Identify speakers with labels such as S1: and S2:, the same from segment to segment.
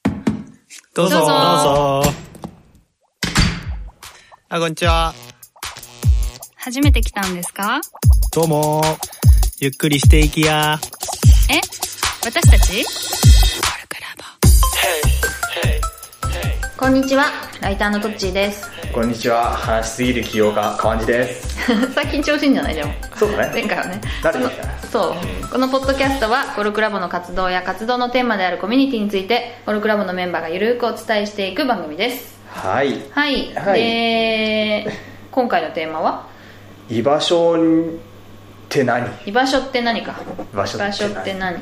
S1: どうぞ
S2: どうぞどうぞあ、こんにちは。
S1: 初めて来たんですか
S2: どうもゆっくりしていきや。
S1: え私たち
S3: こんにちは、ライターのトッチーです。
S4: こんにちは話しすぎる起用家川地です
S3: 最近調子いいんじゃないでも。
S4: そうだ
S3: 前
S4: ね
S3: 回はね。
S4: 慣れてきた
S3: そう。このポッドキャストは、ゴルクラボの活動や活動のテーマであるコミュニティについて、ゴルクラボのメンバーがゆるくお伝えしていく番組です。
S4: はい
S3: はい。
S4: はい
S3: で、今回のテーマは、
S4: 居場所って何
S3: 居場所って何か。
S4: 居場所
S3: 居場
S4: って何
S3: 所って何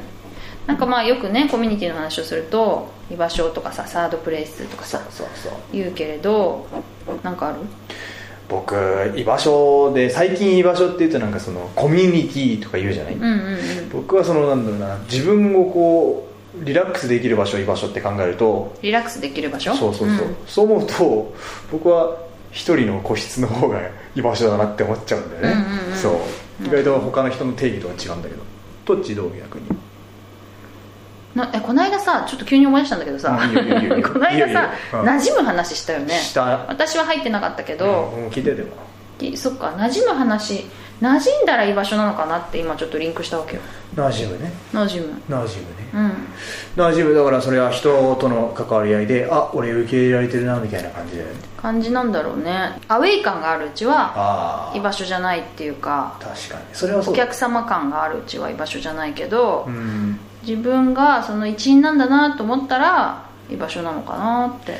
S3: なんかまあよくね、コミュニティの話をすると、居場所とかさ、サードプレイスとかさ、
S4: そうそう
S3: 言うけれど、なんかある
S4: 僕居場所で最近居場所っていうとなんかそのコミュニティとか言うじゃない、
S3: うんうんうん。
S4: 僕はそのなんだろうな自分をこうリラックスできる場所居場所って考えると
S3: リラックスできる場所
S4: そうそうそう、
S3: ん
S4: そう思うと僕は一人の個室の方が居場所だなって思っちゃうんだよね、
S3: うんうんうん
S4: そう意外と他の人の定義とは違うんだけどどっちどう逆に
S3: なえこの間さちょっと急に思い出したんだけどさ
S4: あいいよい いよいいよ
S3: この間
S4: いいよ
S3: さ
S4: いいようん
S3: 馴染む話したよね
S4: 下
S3: 私は入ってなかったけど、
S4: うん聞いてても
S3: きそっか馴染む話馴染んだら居場所なのかなって今ちょっとリンクしたわけよ
S4: ナジムね
S3: 馴染む
S4: ナジムね
S3: うん
S4: ナジムだからそれは人との関わり合いであ俺受け入れられてるなみたいな感じだよね
S3: 感じなんだろうねアウェイ感があるうちは
S4: あ
S3: 居場所じゃないっていうか
S4: 確かにそれはそ
S3: お
S4: うだ
S3: 客様感があるうちは居場所じゃないけど、
S4: うん
S3: 自分がその一員なんだなと思ったら居場所なのかなって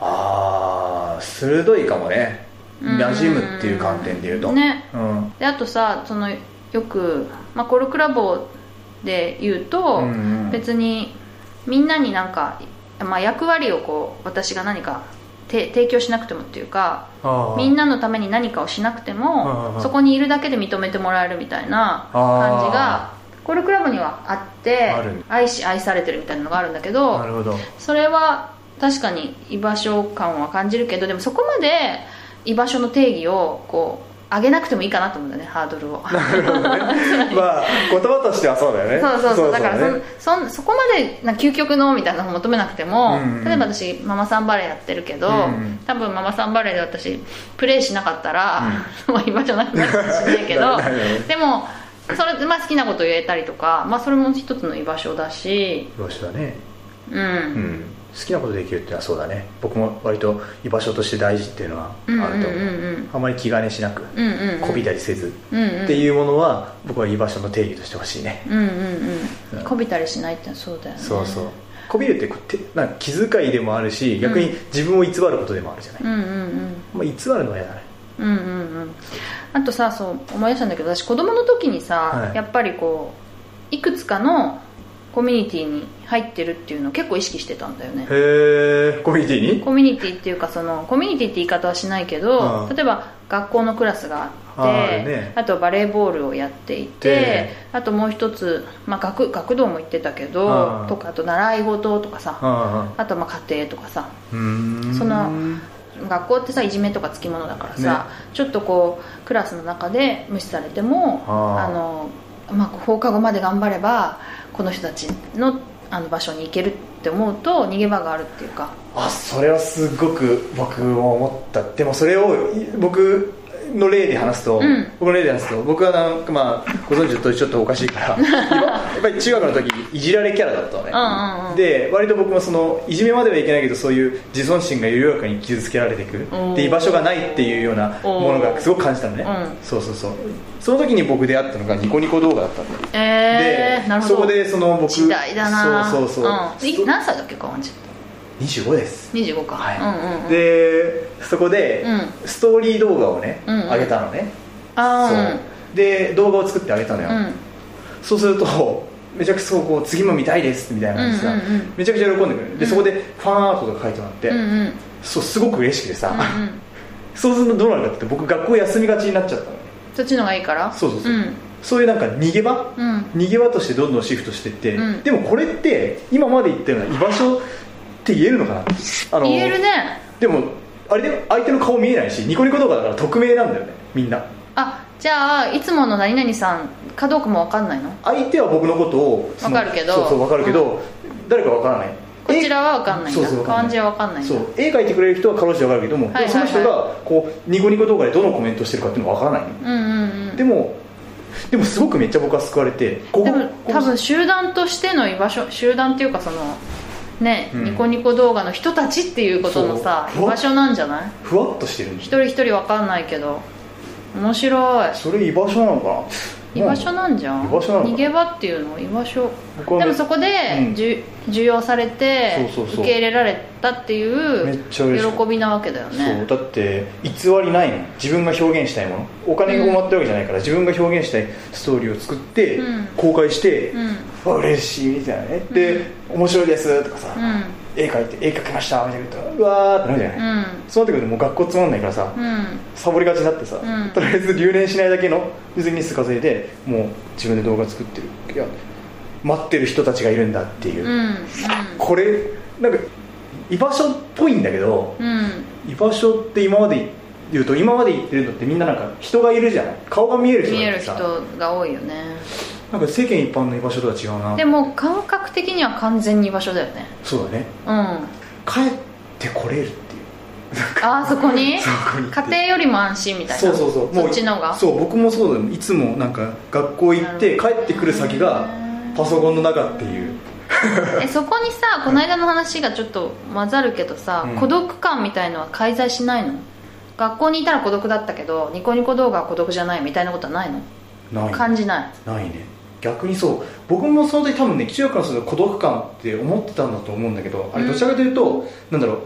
S4: ああ鋭いかもね
S3: うん
S4: ナジムっていう観点で言うと
S3: ね
S4: うん
S3: であとさそのよく、まあ、コルクラボで言うと、
S4: うんうん
S3: 別にみんなになんか、まあ、役割をこう私が何かて提供しなくてもっていうか
S4: あー
S3: みんなのために何かをしなくて
S4: はいはいは
S3: も
S4: い
S3: そこにいるだけで認めてもらえるみたいな
S4: あー
S3: 感じがコルクラボにはあって
S4: ある
S3: 愛し愛されてるみたいなのがあるんだけ
S4: なるほ ど
S3: それは確かに居場所感は感じるけどでもそこまで居場所の定義をこう上げなくてもいいかなと思うんだよねハードルを
S4: まあ言葉としてはそうだよね
S3: そうそうそうだからそ,、
S4: ね
S3: そんそこまでな究極のみたいなのを求めなくても、
S4: うんうん
S3: 例えば私ママさんバレーやってるけど、
S4: うんうん
S3: 多分ママさんバレーで私プレーしなかったら、 もう居場所なくなるかもしれないけど
S4: なるほど
S3: でもそれ、まあ、好きなことを言えたりとか、まあ、それも一つの居場所だし、
S4: 居場所だね
S3: うん
S4: うん好きなことできるってのはそうだね僕も割と居場所として大事っていうのはあ
S3: うんうんうん
S4: ると思う,、
S3: うん
S4: あまり気兼ねしなく
S3: うんうん
S4: こびたりせず、
S3: うんうん
S4: っていうものは僕は居場所の定義としてほしいね、
S3: うんうんう
S4: うんん
S3: こびたりしないってそうだよね
S4: そうそうこびるってこうてなんか気遣いでもあるし逆に自分を偽ることでもあるじゃない、
S3: うんうん
S4: まあ、偽るのは嫌だね
S3: うんうんうんうんあとさそう思い出したんだけど私子供の時にさ、
S4: はい
S3: やっぱりこういくつかのコミュニティに入ってるっていうのを結構意識してたんだよね
S4: へえコミュニティに
S3: コミュニティっていうかそのコミュニティって言い方はしないけど、
S4: うん
S3: 例えば学校のクラスがあっ
S4: あ
S3: てあ,、
S4: るね
S3: とバレーボールをやっていて
S4: で
S3: あともう一つ、まあ、学学童も行ってたけど、
S4: うん
S3: とかあと習い事とかさ、
S4: ああ
S3: あとまあ家庭とかさ
S4: うーん
S3: その学校ってさいじめとかつきものだからさ、ちょっとこうクラスの中で無視されてもあ
S4: あー
S3: の、まあ、放課後まで頑張ればこの人たちのあの場所に行けるって思うと逃げ場があるっていうか
S4: あそれはすごく僕も思ったでもそれをい僕の例で話すと、
S3: うん
S4: 僕の例で話すと僕はなんかまあご存知のとりちょっとおかしいから 今やっぱり中学の時いじられキャラだったのね、
S3: うんうんうん
S4: で割と僕もそのいじめまではいけないけどそういう自尊心が緩やかに傷つけられていく
S3: おー
S4: で居場所がないっていうようなものがすごく感じたのね、
S3: うん
S4: そうそうそうその時に僕出会ったのがニコニコ動画だったんだよ
S3: えー、なるほど
S4: そこでその僕
S3: 時代だな
S4: そうそうそう、
S3: んい何歳だっけかわんち
S4: 25です
S3: 25か、
S4: はい
S3: うんうんうん、
S4: でそこで
S3: う
S4: ストーリー動画をね、
S3: うんうん
S4: 上げたのね
S3: あー
S4: そうで動画を作ってあげたのよ、
S3: うんうん
S4: そうするとめちゃくちゃそうこう次も見たいですみたいな感じでさ、
S3: うんうんうん
S4: めちゃくちゃ喜んでくれるで、
S3: うん
S4: そこでファンアートとか書いてもらって、
S3: うんうん
S4: そうすごく嬉しくてさ、
S3: うんうん
S4: そうするとどうなるかって僕学校休みがちになっちゃったのね
S3: そっちの方がいいから
S4: そうそうそう、
S3: ん
S4: そういうなんか逃げ場
S3: うん
S4: 逃げ場としてどんどんシフトしていって、
S3: うん
S4: でもこれって今まで言ったような居場所って言えるのかなあの
S3: 言えるね
S4: でもあれで相手の顔見えないしニコニコ動画だから匿名なんだよねみんな
S3: あじゃあいつもの何々さんかどうかも分かんないの
S4: 相手は僕のことをその
S3: わかるけど
S4: そうそうわかるけど、誰かわからない
S3: こちらは分かんないんだ
S4: そうそうわかんない
S3: 漢字は分かんないんだ
S4: そう絵描いてくれる人はかろうじて分かるけども、
S3: はいはいはい
S4: その人がこうニコニコ動画でどのコメントしてるかっていうのは分からないの、
S3: うんうんうん
S4: でもでもすごくめっちゃ僕は救われてここ
S3: でも
S4: ここ
S3: 多分集団としての居場所集団っていうかそのね、
S4: うん
S3: ニコニコ動画の人たちっていうことのさ
S4: そう
S3: 居場所なんじゃない
S4: ふわっとしてるんで
S3: 一人一人分かんないけど面白い
S4: それ居場所なのかな
S3: 居場所
S4: な
S3: なんじゃん
S4: 居場所なのか
S3: 逃げ場っていうの居場所
S4: 僕は
S3: で
S4: ね
S3: もそこで
S4: うん
S3: じゅ、受容されて
S4: そうそうそ
S3: 受
S4: う
S3: け入れられたって
S4: め
S3: い
S4: っ
S3: う
S4: ちゃ嬉しい
S3: 喜びなわけだよ
S4: そう
S3: ね
S4: だって偽りないもん自分が表現したいものお金が困ってるわけじゃないから、自分が表現したいストーリーを作って、
S3: うん
S4: 公開して、
S3: うんうん
S4: うわ嬉しいみたいなねで、面白いですとかさ、
S3: うん
S4: 絵描いて絵描きましたみたいなことうわーってなるじゃない、そうなってくるともう学校つまんないからさ、
S3: うん
S4: サボりがちになってさ、
S3: うん
S4: とりあえず留年しないだけの水着日数稼いでもう自分で動画作ってるいや待ってる人たちがいるんだっていう、
S3: うんうん
S4: これなんか居場所っぽいんだけど
S3: うん
S4: 居場所って今まで言うと今まで言ってるのってみんななんか人がいるじゃん顔が見える人
S3: 見
S4: だ
S3: え
S4: っ
S3: る
S4: て
S3: 人
S4: さ
S3: が多いよね
S4: なんか世間一般の居場所とは違うな
S3: でも感覚的には完全に居場所だよね
S4: そうだね
S3: うんあ
S4: 帰ってこれるっていう
S3: あそこに
S4: そこに行って
S3: 家庭よりも安心みたいな
S4: そうそうそう
S3: っちのが
S4: そう僕もそうだよいつもなんか学校行って帰
S3: なるほど
S4: ってくる先がパソコンの中っていう
S3: えそこにさこの間の話がちょっと混ざるけどさ、
S4: うん
S3: 孤独感みたいのは介在しないの学校にいたら孤独だったけどニコニコ動画は孤独じゃないみたいなことはないの
S4: ない
S3: 感じない
S4: ないね逆にそう僕もその時多分ね中学からすると孤独感って思ってたんだと思うんだけどあれ
S3: うん
S4: どちらかというと、なんだろう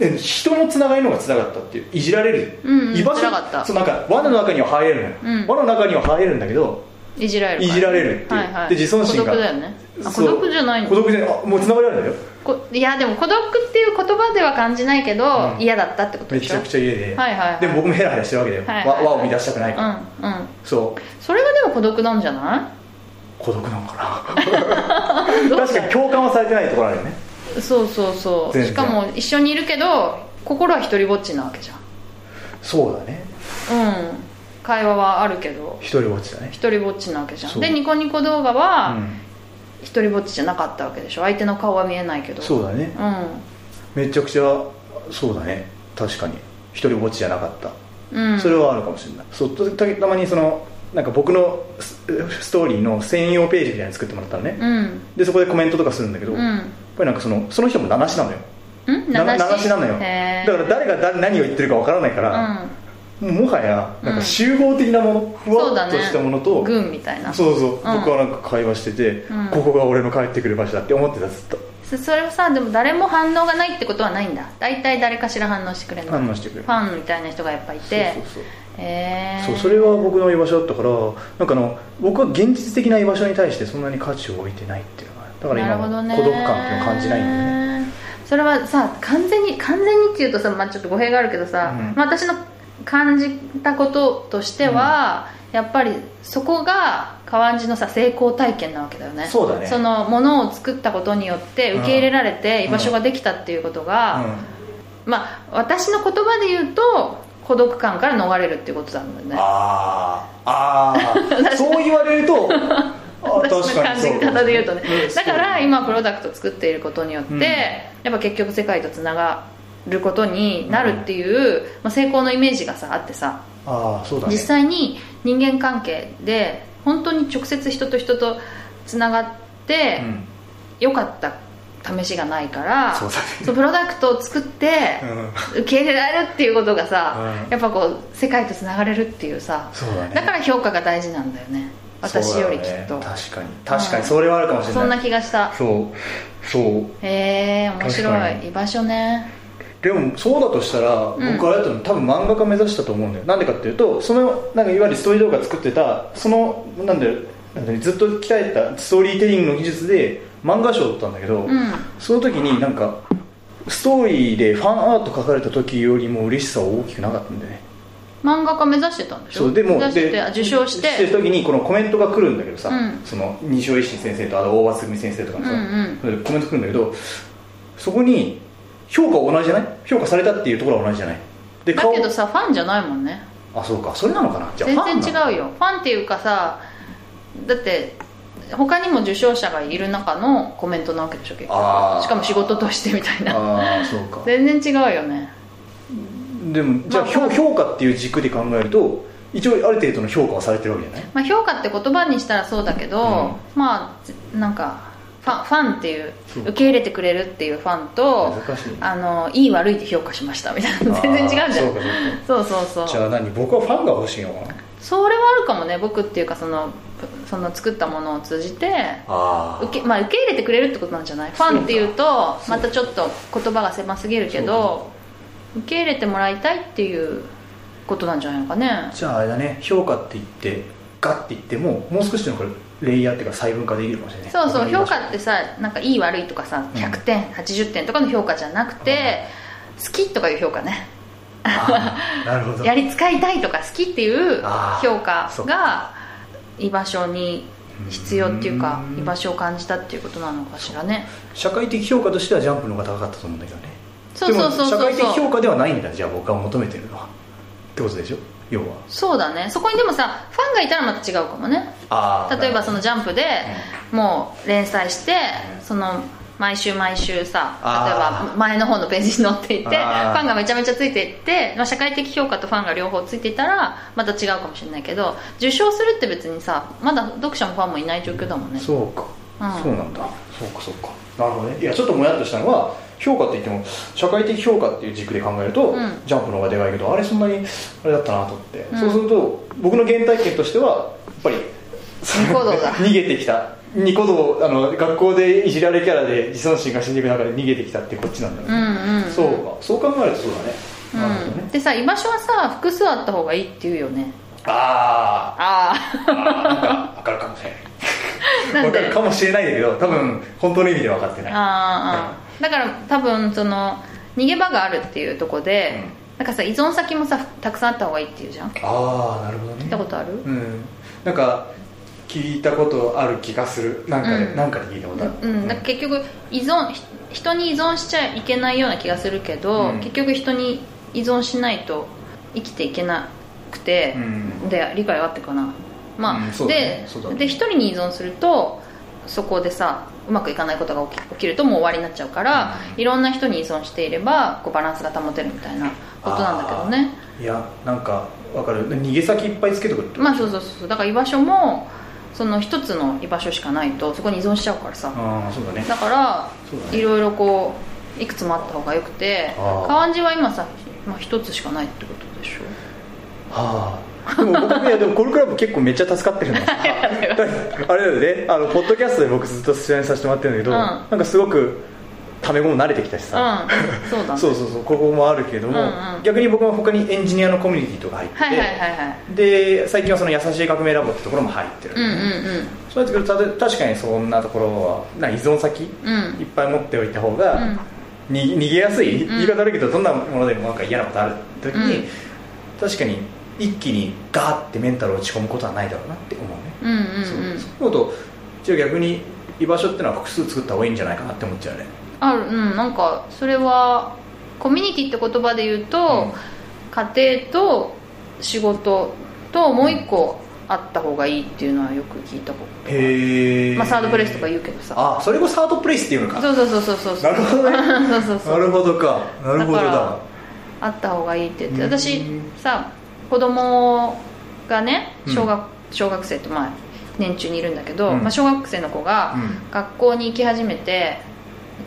S4: え人のつながりの方がつながったっていういじられる、
S3: うんうん
S4: 居場所
S3: つながった
S4: そうなんか輪の中には入れるのよ、
S3: うん
S4: 輪の中には入れるんだけど
S3: いじられるから
S4: いじられるっていう
S3: はいはい、
S4: で自尊心が
S3: 孤独だよねあ孤
S4: そう
S3: 独じゃないの
S4: 孤独じゃないあもうつながりあるんだよ
S3: こいやでも孤独っていう言葉では感じないけど、
S4: うん
S3: 嫌だったってこと
S4: め
S3: でし
S4: ち
S3: ょ
S4: ゃくちゃ家で、
S3: はいはいはい
S4: でも僕もヘラヘラしてるわけだよ、
S3: はいはいはい
S4: わ輪を乱したくないから、
S3: うんうん
S4: そう
S3: それがでも孤独なんじゃな
S4: 孤独なのかな
S3: いどう
S4: 確
S3: だ
S4: か
S3: ろ
S4: に共感はされてないところあるよね
S3: うそうそうそう
S4: 全然
S3: しかも一緒にいるけど心は一人ぼっちなわけじ
S4: そうだね
S3: ゃんうん会話はあるけど
S4: 一人落ちだね
S3: 一人ぼっちなわけじゃ
S4: そ
S3: ん
S4: う
S3: でニコニコ動画は
S4: うん
S3: 一人ぼっちじゃなかったわけでしょ相手の顔は見えないけど
S4: そう
S3: う
S4: だね
S3: う
S4: めちゃくちゃそうだね確かに一人ぼっちじゃなかった、
S3: ん、うん、
S4: それはあるかもしれないそうたたたまにそのなんか僕のスストーリーの専用ページみたいなの作ってもらったのね、
S3: うん
S4: でそこでコメントとかするんだけど、
S3: う
S4: やっ
S3: ん
S4: ぱりなんかそのその人も流しなのよ
S3: うん
S4: な
S3: 七
S4: 流しなのよ
S3: へ
S4: だから誰が誰何を言ってるかわからないか
S3: ー
S4: ら、もうもはやなん
S3: うん
S4: か集合的なもの、
S3: うん
S4: ふわっとしたもの
S3: そ
S4: と
S3: うだね、軍みたいなそ
S4: そうそう、僕
S3: うん
S4: はなんか会話してて、
S3: うん
S4: ここが俺の帰ってくる場所だって思ってたずっと
S3: それはさでも誰も反応がないってことはないんだ大体誰かしら反応してくれるの
S4: 反応してくれる
S3: ファンみたいな人がやっぱいて
S4: そうそうそう
S3: へえ
S4: そうそれは僕の居場所だったからなんかあの僕は現実的な居場所に対してそんなに価値を置いてないっていうのがだから
S3: なるほど
S4: 今
S3: ね
S4: 孤独感っていうのを感じないんだよね
S3: それはさ完全に完全にっていうとさ、まあ、ちょっと語弊があるけどさ、
S4: うん
S3: まあ、私の感じたこととしては、やっぱりそこが川んじのさ成功体験なわけだよね
S4: そうだね
S3: そのものを作ったことによって受け入れられ
S4: うん
S3: て居場所ができたっていうことが、まあ私の言葉で言うと孤独感から逃れるっていうことなんだよね
S4: あ ーあーそう言われるとあ
S3: 私の感じ方で言うとね
S4: ん
S3: だから今プロダクトを作っていることによって、
S4: うん
S3: やっぱ結局世界とつながることになるっていう、まあ、成功のイメージがさあってさ、
S4: ああそうだね
S3: 実際に人間関係で本当に直接人と人とつながって
S4: うん
S3: 良かった試しがないから、
S4: そうだね
S3: そうプロダクトを作って
S4: うん
S3: 受け入れられるっていうことがさ、
S4: うん
S3: やっぱこう世界とつながれるっていうさ
S4: そうだね
S3: だから評価が大事なんだよね私よりきっ
S4: そ
S3: と
S4: うだね確かに確かにそれはあるかもしれない
S3: そんな気がした
S4: そうそう
S3: へえ面白
S4: 確か
S3: い居場所ね
S4: でもそうだとしたら
S3: ん
S4: 僕あれだったの多分漫画家目指したと思うんだよなんでかっていうとそのなんかいわゆるストーリー動画作ってたそのなんだよなんだよずっと鍛えたストーリーテリングの技術で漫画賞を取ったんだけど、
S3: うん
S4: その時になんかストーリーでファンアート書かれた時よりも嬉しさは大きくなかったんだよね
S3: 漫画家目指してたんでしょ
S4: そうでも
S3: 目指して
S4: で
S3: てあ受賞して
S4: る時にこのコメントが来るんだけどさ、
S3: うん
S4: その西尾維新先生とあと大場組先生とかのさ、
S3: うん
S4: コメント来るんだけどそこに評価は同じじゃない評価されたっていうところは同じじゃないで
S3: だけどさファンじゃないもんね
S4: あそうかそれなのかなじゃあ
S3: 全然
S4: ファンなの
S3: 違うよファンっていうかさだって他にも受賞者がいる中のコメントなわけでしょ結
S4: あ
S3: 構
S4: ー
S3: しかも仕事としてみたいな
S4: ああそうか
S3: 全然違うよね
S4: でもじゃあ、
S3: まあ
S4: 評評価っていう軸で考えると一応ある程度の評価はされてるわけじゃない
S3: まあ、評価って言葉にしたらそうだけど、まあぜなんかファンファンっていう
S4: そう
S3: 受け入れてくれるっていうファンと
S4: 難しいね
S3: あのいい悪いって評価しましたみたいな全然違うじゃん
S4: あーそう
S3: そ
S4: かそう
S3: うそうそう
S4: かじゃあ何僕はファンが欲しいのかな
S3: それはあるかもね僕っていうかそのその作ったものを通じて
S4: あ
S3: 受け,、まあ、受け入れてくれるってことなんじゃないファンっていうと
S4: そうか
S3: またちょっと言葉が狭すぎるけど受け入れてもらいたいっていうことなんじゃないのかね
S4: じゃああれだね評価って言ってガッて言ってももう少しのこれレイヤーっていうか細分化できるかもしれない
S3: そうそう評価
S4: て
S3: ってさなんかいい悪いとかさ
S4: うん
S3: 100点、80点とかの評価じゃなくて、好きとかいう評価ね
S4: なるほど
S3: やり使いたいとか好きっていう
S4: あー
S3: 評価
S4: そう
S3: が居場所に必要っていうか
S4: うん
S3: 居場所を感じたっていうことなのかしらね
S4: 社会的評価としてはジャンプの方が高かったと思うんだけどね
S3: そうそうそうそう
S4: でも社会的
S3: そう
S4: 評価ではないんだじゃあ僕は求めてるのはってことでしょ要は
S3: そうだねそこにでもさファンがいたらまた違うかもね
S4: あー
S3: 例えばその「ジャンプ」でもう連載して
S4: うん
S3: その毎週毎週さ例え
S4: あー
S3: ば前の方のページに載っていてフ
S4: あー
S3: ァンがめちゃめちゃついていって、まあ、社会的評価とファンが両方ついていたらまた違うかもしれないけど受賞するって別にさまだ読者もファンもいない状況だもんね
S4: そうか、
S3: うん
S4: そうなんだそうかそうかなるほどねいやちょっともやっとしたのは評価って言っても社会的評価っていう軸で考えると、
S3: うん
S4: ジャンプの方がでかいけどあれそんなにあれだったなと思って、
S3: ん
S4: そうすると僕の原体験としてはやっぱり
S3: ニコ動だ
S4: 逃げてきたニコ動あの学校でいじられキャラで自尊心が死んでいく中で逃げてきたってこっちなんだよ
S3: う
S4: ね、
S3: んうん
S4: そうかそう考えるとそうだね、
S3: う
S4: なるほど
S3: ん、
S4: ね
S3: でさ居場所はさ複数あった方がいいって言うよね
S4: あー
S3: あ
S4: あー なんか分かるかもしれない
S3: あなん
S4: 分か
S3: で
S4: るかもしれないんだけど多分本当の意味で分かってない
S3: あーあーだから多分その逃げ場があるっていうとこで、なんかさ依存先もさたくさんあった方がいいっていうじゃん聞
S4: ああなるほど
S3: い
S4: ね
S3: たことある
S4: うんなんか聞いたことある気がするなんかで、
S3: うん
S4: なんかで聞いたことある
S3: うん、だから結局依存ひ人に依存しちゃいけないような気がするけど、
S4: うん
S3: 結局人に依存しないと生きていけなくて、
S4: うん
S3: で理解はあってかなまあ、
S4: うんそうだね
S3: で
S4: そうだね
S3: で一人に依存するとそこでさうまくいかないことが起き起きるともう終わりになっちゃうから、いろんな人に依存していればこうバランスが保てるみたいなことなんだけどね
S4: あーいやなんかわかる逃げ先いっぱいつけてくるってこと
S3: まあそうそうそうだから居場所もその一つの居場所しかないとそこに依存しちゃうからさ、
S4: ああそうだね
S3: だから
S4: そうだね
S3: いろいろこういくつもあった方がよくて
S4: あー
S3: 川んじは今さ、まあ、一つしかないってことで しょ
S4: はあでも僕いやでもコルクラブ結構めっちゃ助かってるん だだってあれだよねあのポッドキャストで僕ずっと出演させてもらってるんだけど、
S3: うん
S4: なんかすごくタメ語も慣れてきたし
S3: う
S4: さ、
S3: んそうだね
S4: そうそうそうここもあるけれども、
S3: うんうん
S4: 逆に僕は他にエンジニアのコミュニティとか入って、
S3: はいはいはいはい
S4: で最近はその優しい革命ラボってところも入ってる、
S3: うん
S4: そうやってくるとたと確かにそんなところはな依存先い
S3: うんうんうん
S4: っぱい持っておいた方
S3: う
S4: が、
S3: ん
S4: に逃げやすい、
S3: ん
S4: 言い方悪いけどどんなものでもなんか嫌なことある時に、
S3: うん
S4: 確かに一気にガーってメンタル落ち込むことはないだろうなって思うね、
S3: うんうんうん
S4: そうそう思うとじゃあ逆に居場所ってのは複数作った方がいいんじゃないかなって思っちゃうね
S3: あるうんなんかそれはコミュニティって言葉で言うと、家庭と仕事ともう一個あった方がいいっていうのはよく聞いたこと
S4: へえ
S3: まあサードプレイスとか言うけどさ
S4: あそれこそサードプレイスっていうのか
S3: そうそうそうそうそう
S4: なるほどね
S3: そうそうそう
S4: なるほどかなるほどだ
S3: だからあった方がいいって言って
S4: うん
S3: 私さ子供がね
S4: うん
S3: 小学,、小学生とまあ年中にいるんだけど、
S4: うん
S3: まあ、小学生の子が
S4: うん
S3: 学校に行き始めて、え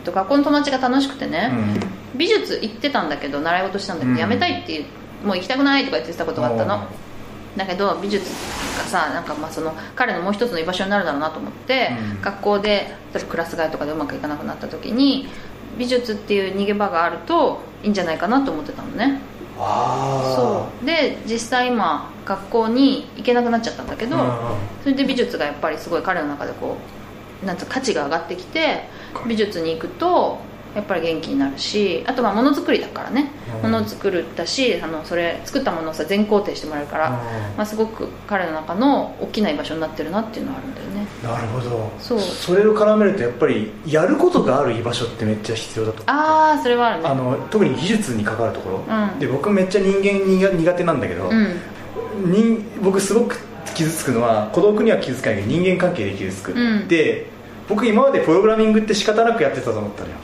S3: っと、学校の友達が楽しくてね、美術行ってたんだけど習い事したんだけど、
S4: うん
S3: やめたいっていうもう行きたくないとか言ってたことがあったのだけど美術がさなんかまあその彼のもう一つの居場所になるだろうなと思って、
S4: うん
S3: 学校で例えばクラス替えとかでうまくいかなくなった時に美術っていう逃げ場があるといいんじゃないかなと思ってたのね
S4: ああ
S3: そうで実際今学校に行けなくなっちゃったんだけど、それで美術がやっぱりすごい彼の中でこうなんつうか価値が上がってきて美術に行くとやっぱり元気になるしあとまあものづくりだからね
S4: う
S3: も
S4: ん
S3: のづくるだしあのそれ作ったものをさ全肯定してもらえるから、まあ、すごく彼の中の大きな居場所になってるなっていうのはあるんだよね
S4: なるほど
S3: そう
S4: それを絡めるとやっぱりやることがある居場所ってめっちゃ必要だと
S3: ああそれはある
S4: あ
S3: ね
S4: の特に技術に関わるところ、
S3: うん
S4: で僕めっちゃ人間にが苦手なんだけど、
S3: うん
S4: 人僕すごく傷つくのは孤独には傷つかないけど人間関係で傷つく、
S3: うん
S4: で僕今までプログラミングって仕方なくやってたと思ったのよ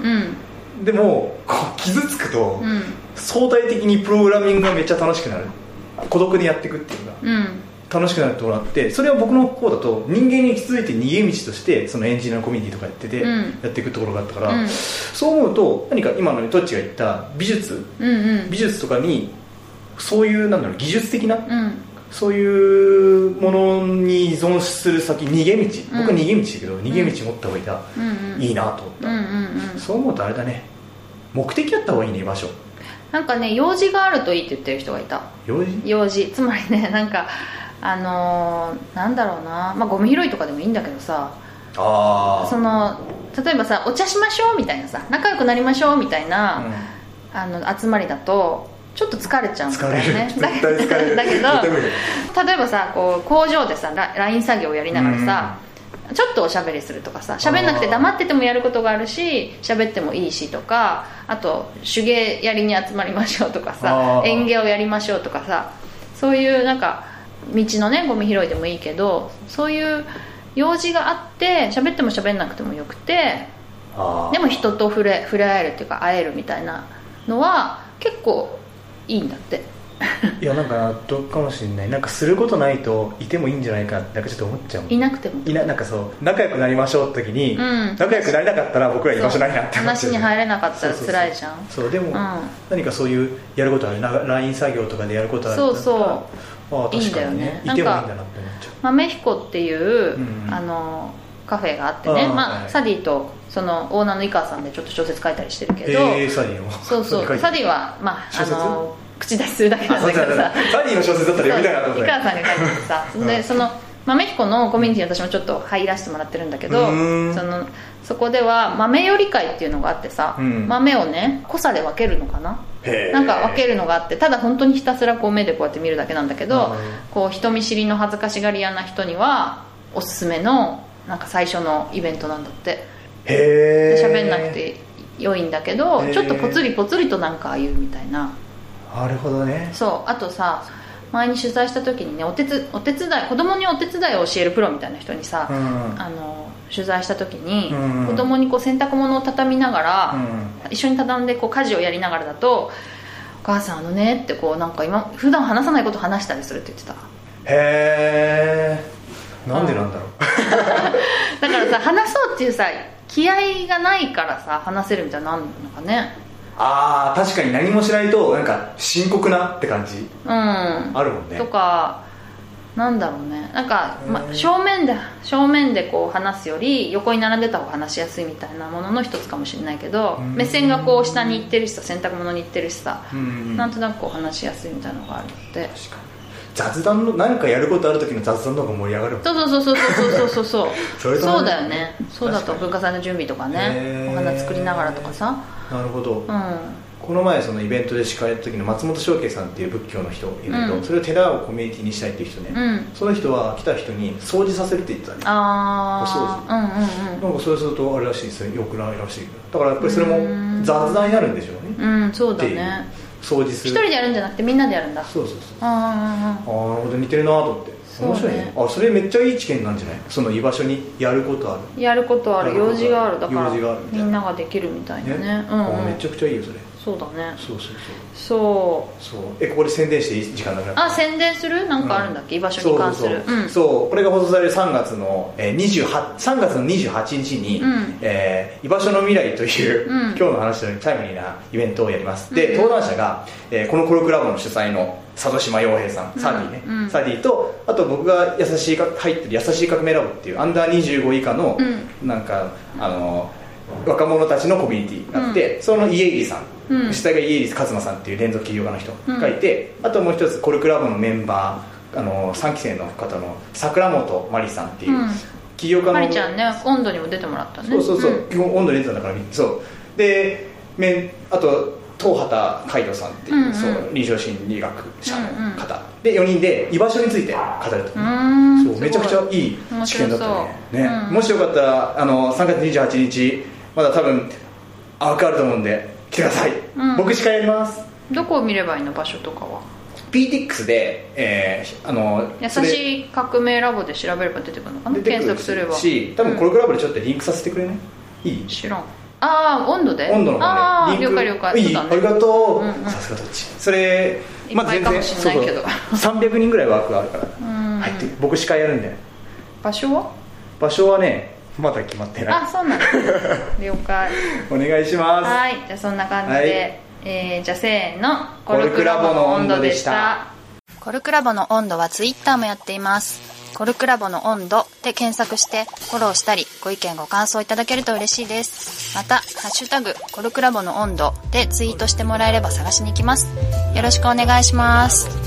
S3: うん
S4: でもこう傷つくと、
S3: うん
S4: 相対的にプログラミングがめっちゃ楽しくなる孤独でやっていくっていうのが
S3: うん
S4: 楽しくなるってもらってそれは僕の方だと人間に気づいて逃げ道としてそのエンジニアのコミュニティとかやってて、
S3: うん
S4: やっていくところがあったから、
S3: うん
S4: そう思うと何か今のトッチが言った美術
S3: うんうん
S4: 美術とかにそういうなんだろう技術的な
S3: うん
S4: そういうものに依存する先逃げ道、僕は逃げ道だけど逃げ道持った方がいいな,、
S3: うんうん
S4: いいなと思っ
S3: う
S4: た、
S3: んうんうん
S4: そう思うとあれだね目的あった方がいいね居場所
S3: なんかね用事があるといいって言ってる人がいた
S4: 用事
S3: 用事つまりね なんかあのーなんだろうな、まあ、ゴミ拾いとかでもいいんだけどさ
S4: あ
S3: その例えばさお茶しましょうみたいなさ仲良くなりましょうみたい
S4: あ、う
S3: な、
S4: ん
S3: あの集まりだとちょっと疲れちゃうんだ
S4: 疲
S3: よ
S4: れる、
S3: ね
S4: 絶対疲れ る
S3: だけ
S4: 絶対無
S3: ど
S4: 理
S3: 例えばさこう工場でさラ LINE 作業をやりながらさ、ちょっとおしゃべりするとかさ喋んなくて黙っててもやることがあるし喋ってもいいしとかあと手芸やりに集まりましょうとかさ
S4: あー
S3: 園芸をやりましょうとかさそういうなんか道のねゴミ拾いでもいいけどそういう用事があって喋っても喋んなくてもよくて
S4: あー
S3: でも人と触れ触れ合えるっていうか会えるみたいなのは結構いいんだって
S4: いやなんか納得かもしれないなんかすることないといてもいいんじゃないかってなんかちょっと思っちゃうもん
S3: いなくても
S4: いななんかそう仲良くなりましょうって時に、
S3: うん
S4: 仲良くなれなかったら僕ら居場所ないなって思っ
S3: 話
S4: ちゃう
S3: に入れなかったら辛いじゃん
S4: そうでも、
S3: ん
S4: 何かそういうやることあるな LINE 作業とかでやることある
S3: そうそう
S4: うああ確かにね
S3: いいんだよね
S4: いてもい
S3: ないん
S4: ん
S3: か
S4: だなって思っちゃう
S3: 豆彦っていう、
S4: うん
S3: あのカフェがあってね
S4: あー
S3: まあ
S4: はい
S3: サディとそのオーナーの井川さんでちょっと小説書いたりしてるけど、
S4: えー、サディの
S3: そうそ
S4: 書
S3: う
S4: いて
S3: サ
S4: ある
S3: ディはまあ
S4: 小
S3: あ
S4: 説
S3: の口出しするだけ
S4: あ
S3: なん
S4: そう
S3: だけ
S4: そう
S3: ど
S4: そう
S3: さ
S4: サディの小説だったら読みたいなと思っ
S3: そう井
S4: て
S3: 川さんが書いててさ
S4: うん
S3: でその豆彦のコミュニティに私もちょっと入らせてもらってるんだけど
S4: うーん
S3: そのそこでは豆より会っていうのがあってさ、
S4: うん
S3: 豆をね濃さで分けるのかな
S4: へー
S3: なんか分けるのがあってただ本当にひたすらこう目でこうやって見るだけなんだけど、
S4: うん
S3: こう人見知りの恥ずかしがり屋な人にはおすすめのなんか最初のイベントなんだって
S4: へ
S3: で
S4: え
S3: 喋んなくて良いんだけど、
S4: へー
S3: ちょっとポツリポツリとなんか言うみたいな
S4: なるほどね
S3: そうあとさ前に取材した時にねお手つお手伝い子供にお手伝いを教えるプロみたいな人にさ、
S4: うん
S3: あの取材した時に、
S4: うん
S3: 子供にこう洗濯物を畳みながら、
S4: うん
S3: 一緒に畳んでこう家事をやりながらだと「お母さんあのね」ってこうなんか今普段話さないこと話したりするって 言ってた
S4: へえなんでなんだろう
S3: だからさ話そうっていうさ気合がないからさ話せるみたいなのあんのかね
S4: ああ確かに何もしないとなんか深刻なって感じ
S3: うん
S4: あるもんね
S3: とかなんだろうねなんか、ま
S4: う、ん
S3: 正面で正面でこう話すより横に並んでた方が話しやすいみたいなものの一つかもしれないけど
S4: うん
S3: 目線がこう下に行ってるしさ洗濯物に行ってるしさ、
S4: うんうん
S3: なんとなくこう話しやすいみたいなのがあるので
S4: 確かに雑談の何かやることある時の雑談の方が盛り上がるもん
S3: そうそうそうそうそうそうそう
S4: そ
S3: そ
S4: れ
S3: う
S4: とも
S3: そうだよねそうだと
S4: 確かに
S3: 文化祭の準備とか
S4: へ
S3: ね
S4: ー
S3: お花作りながらとかさ
S4: なるほど、
S3: うん
S4: この前そのイベントで司会やった時の松本翔慶さんっていう仏教の人いるけど、
S3: うん
S4: それを寺をコミュニティにしたいっていう人ね、
S3: うん
S4: その人は来た人に掃除させるって言ってたね
S3: あ
S4: お
S3: あ
S4: なんかそうするとあれらしいですよよくないらしいだからやっぱりそれも
S3: うん
S4: 雑談になるんでしょうね、
S3: うんうんうんうんそう
S4: っ
S3: だ
S4: ていう
S3: ね
S4: 掃除す
S3: 一
S4: る
S3: 人でやるんじゃなくてみんなでやるんだ
S4: そうそうそう
S3: うんうんうん
S4: あーなるほど似てるなと思って
S3: そうね
S4: 面白いねあそれめっちゃいい知見なんじゃないその居場所にやることある
S3: うんやることある
S4: やるこ
S3: 用
S4: とある
S3: 事があるだから
S4: 用事があるみたい
S3: み
S4: なん
S3: なができるみたいなね
S4: ね
S3: うん
S4: あ
S3: う
S4: め
S3: ん
S4: ちゃくちゃいいよそれ
S3: そうだね
S4: そうそう
S3: そう
S4: そうそうえここで宣伝していい時間なくなった
S3: あ宣伝するなんかあるんだっけ居場所に関する
S4: そうそうそう,、
S3: ん
S4: そうこれが放送される3月の、えー、28 3月の28日に、
S3: うん
S4: えー居場所の未来という、
S3: うん
S4: 今日の話のタイムリーなイベントをやります、
S3: う
S4: で
S3: ん
S4: 登壇者が、えーこのコロクラボの主催の里島洋平さんサディね、
S3: うん
S4: サディとあと僕が優しいか入ってる優しい革命ラボっていうアンダー25以下の、
S3: うん
S4: なんかあの若者たちのコミュニティがあって、その家入さん、
S3: うん
S4: 主体が家入勝間さんっていう連続起業家の人がいて、あともう一つコルクラボのメンバーあの3期生の方の桜本マリさんっていう、
S3: うん
S4: 起業家の
S3: マリちゃんね温度にも出てもらったね
S4: そうそうそう、
S3: ん
S4: 基本温度レンズだからそうで面あと東畑海斗さんっていう,、
S3: うんうん
S4: そう臨床心理学者の方、で4人で居場所について語ると、
S3: うーん
S4: そう
S3: すごい
S4: めちゃくちゃいい
S3: 面
S4: 試
S3: 白
S4: 験
S3: そ
S4: だ
S3: う
S4: ったねね、
S3: うん
S4: もしよかったらあの3月28日まだ多分アークあると思うんで来てください、
S3: うん
S4: 僕司会やります
S3: どこを見ればいいの場所とかは
S4: PTX で、えーあの
S3: 優
S4: それ
S3: しい革命ラボで調べれば出てくるのかな
S4: 出てくる
S3: 検索すれば
S4: し多分コ
S3: れ、
S4: ルクラボでちょっとリンクさせてくれないいい
S3: うん知らんああ温度で
S4: 温度の
S3: あ
S4: 方
S3: あ
S4: ね
S3: 了
S4: リンク
S3: 解了解
S4: いい、
S3: そう
S4: あ
S3: だ
S4: り
S3: ね
S4: がとう、
S3: うんうん
S4: さすがどっちそれ
S3: いっぱいかもしれないけど
S4: まあそう300人ぐらいワークがあるから
S3: うん
S4: 入って僕司会やるんで
S3: 場所は
S4: 場所はねまだ決まってない
S3: あそうなんだ了解
S4: お願いします
S3: はいじゃあそんな感じで、えーじゃあせーの
S4: コルクラボの温度でした
S3: コルクラボの温度はツイッターもやっていますコルクラボの温度で検索してフォローしたりご意見ご感想いただけると嬉しいですまた「ハッシュタグコルクラボの温度」でツイートしてもらえれば探しに行きますよろしくお願いします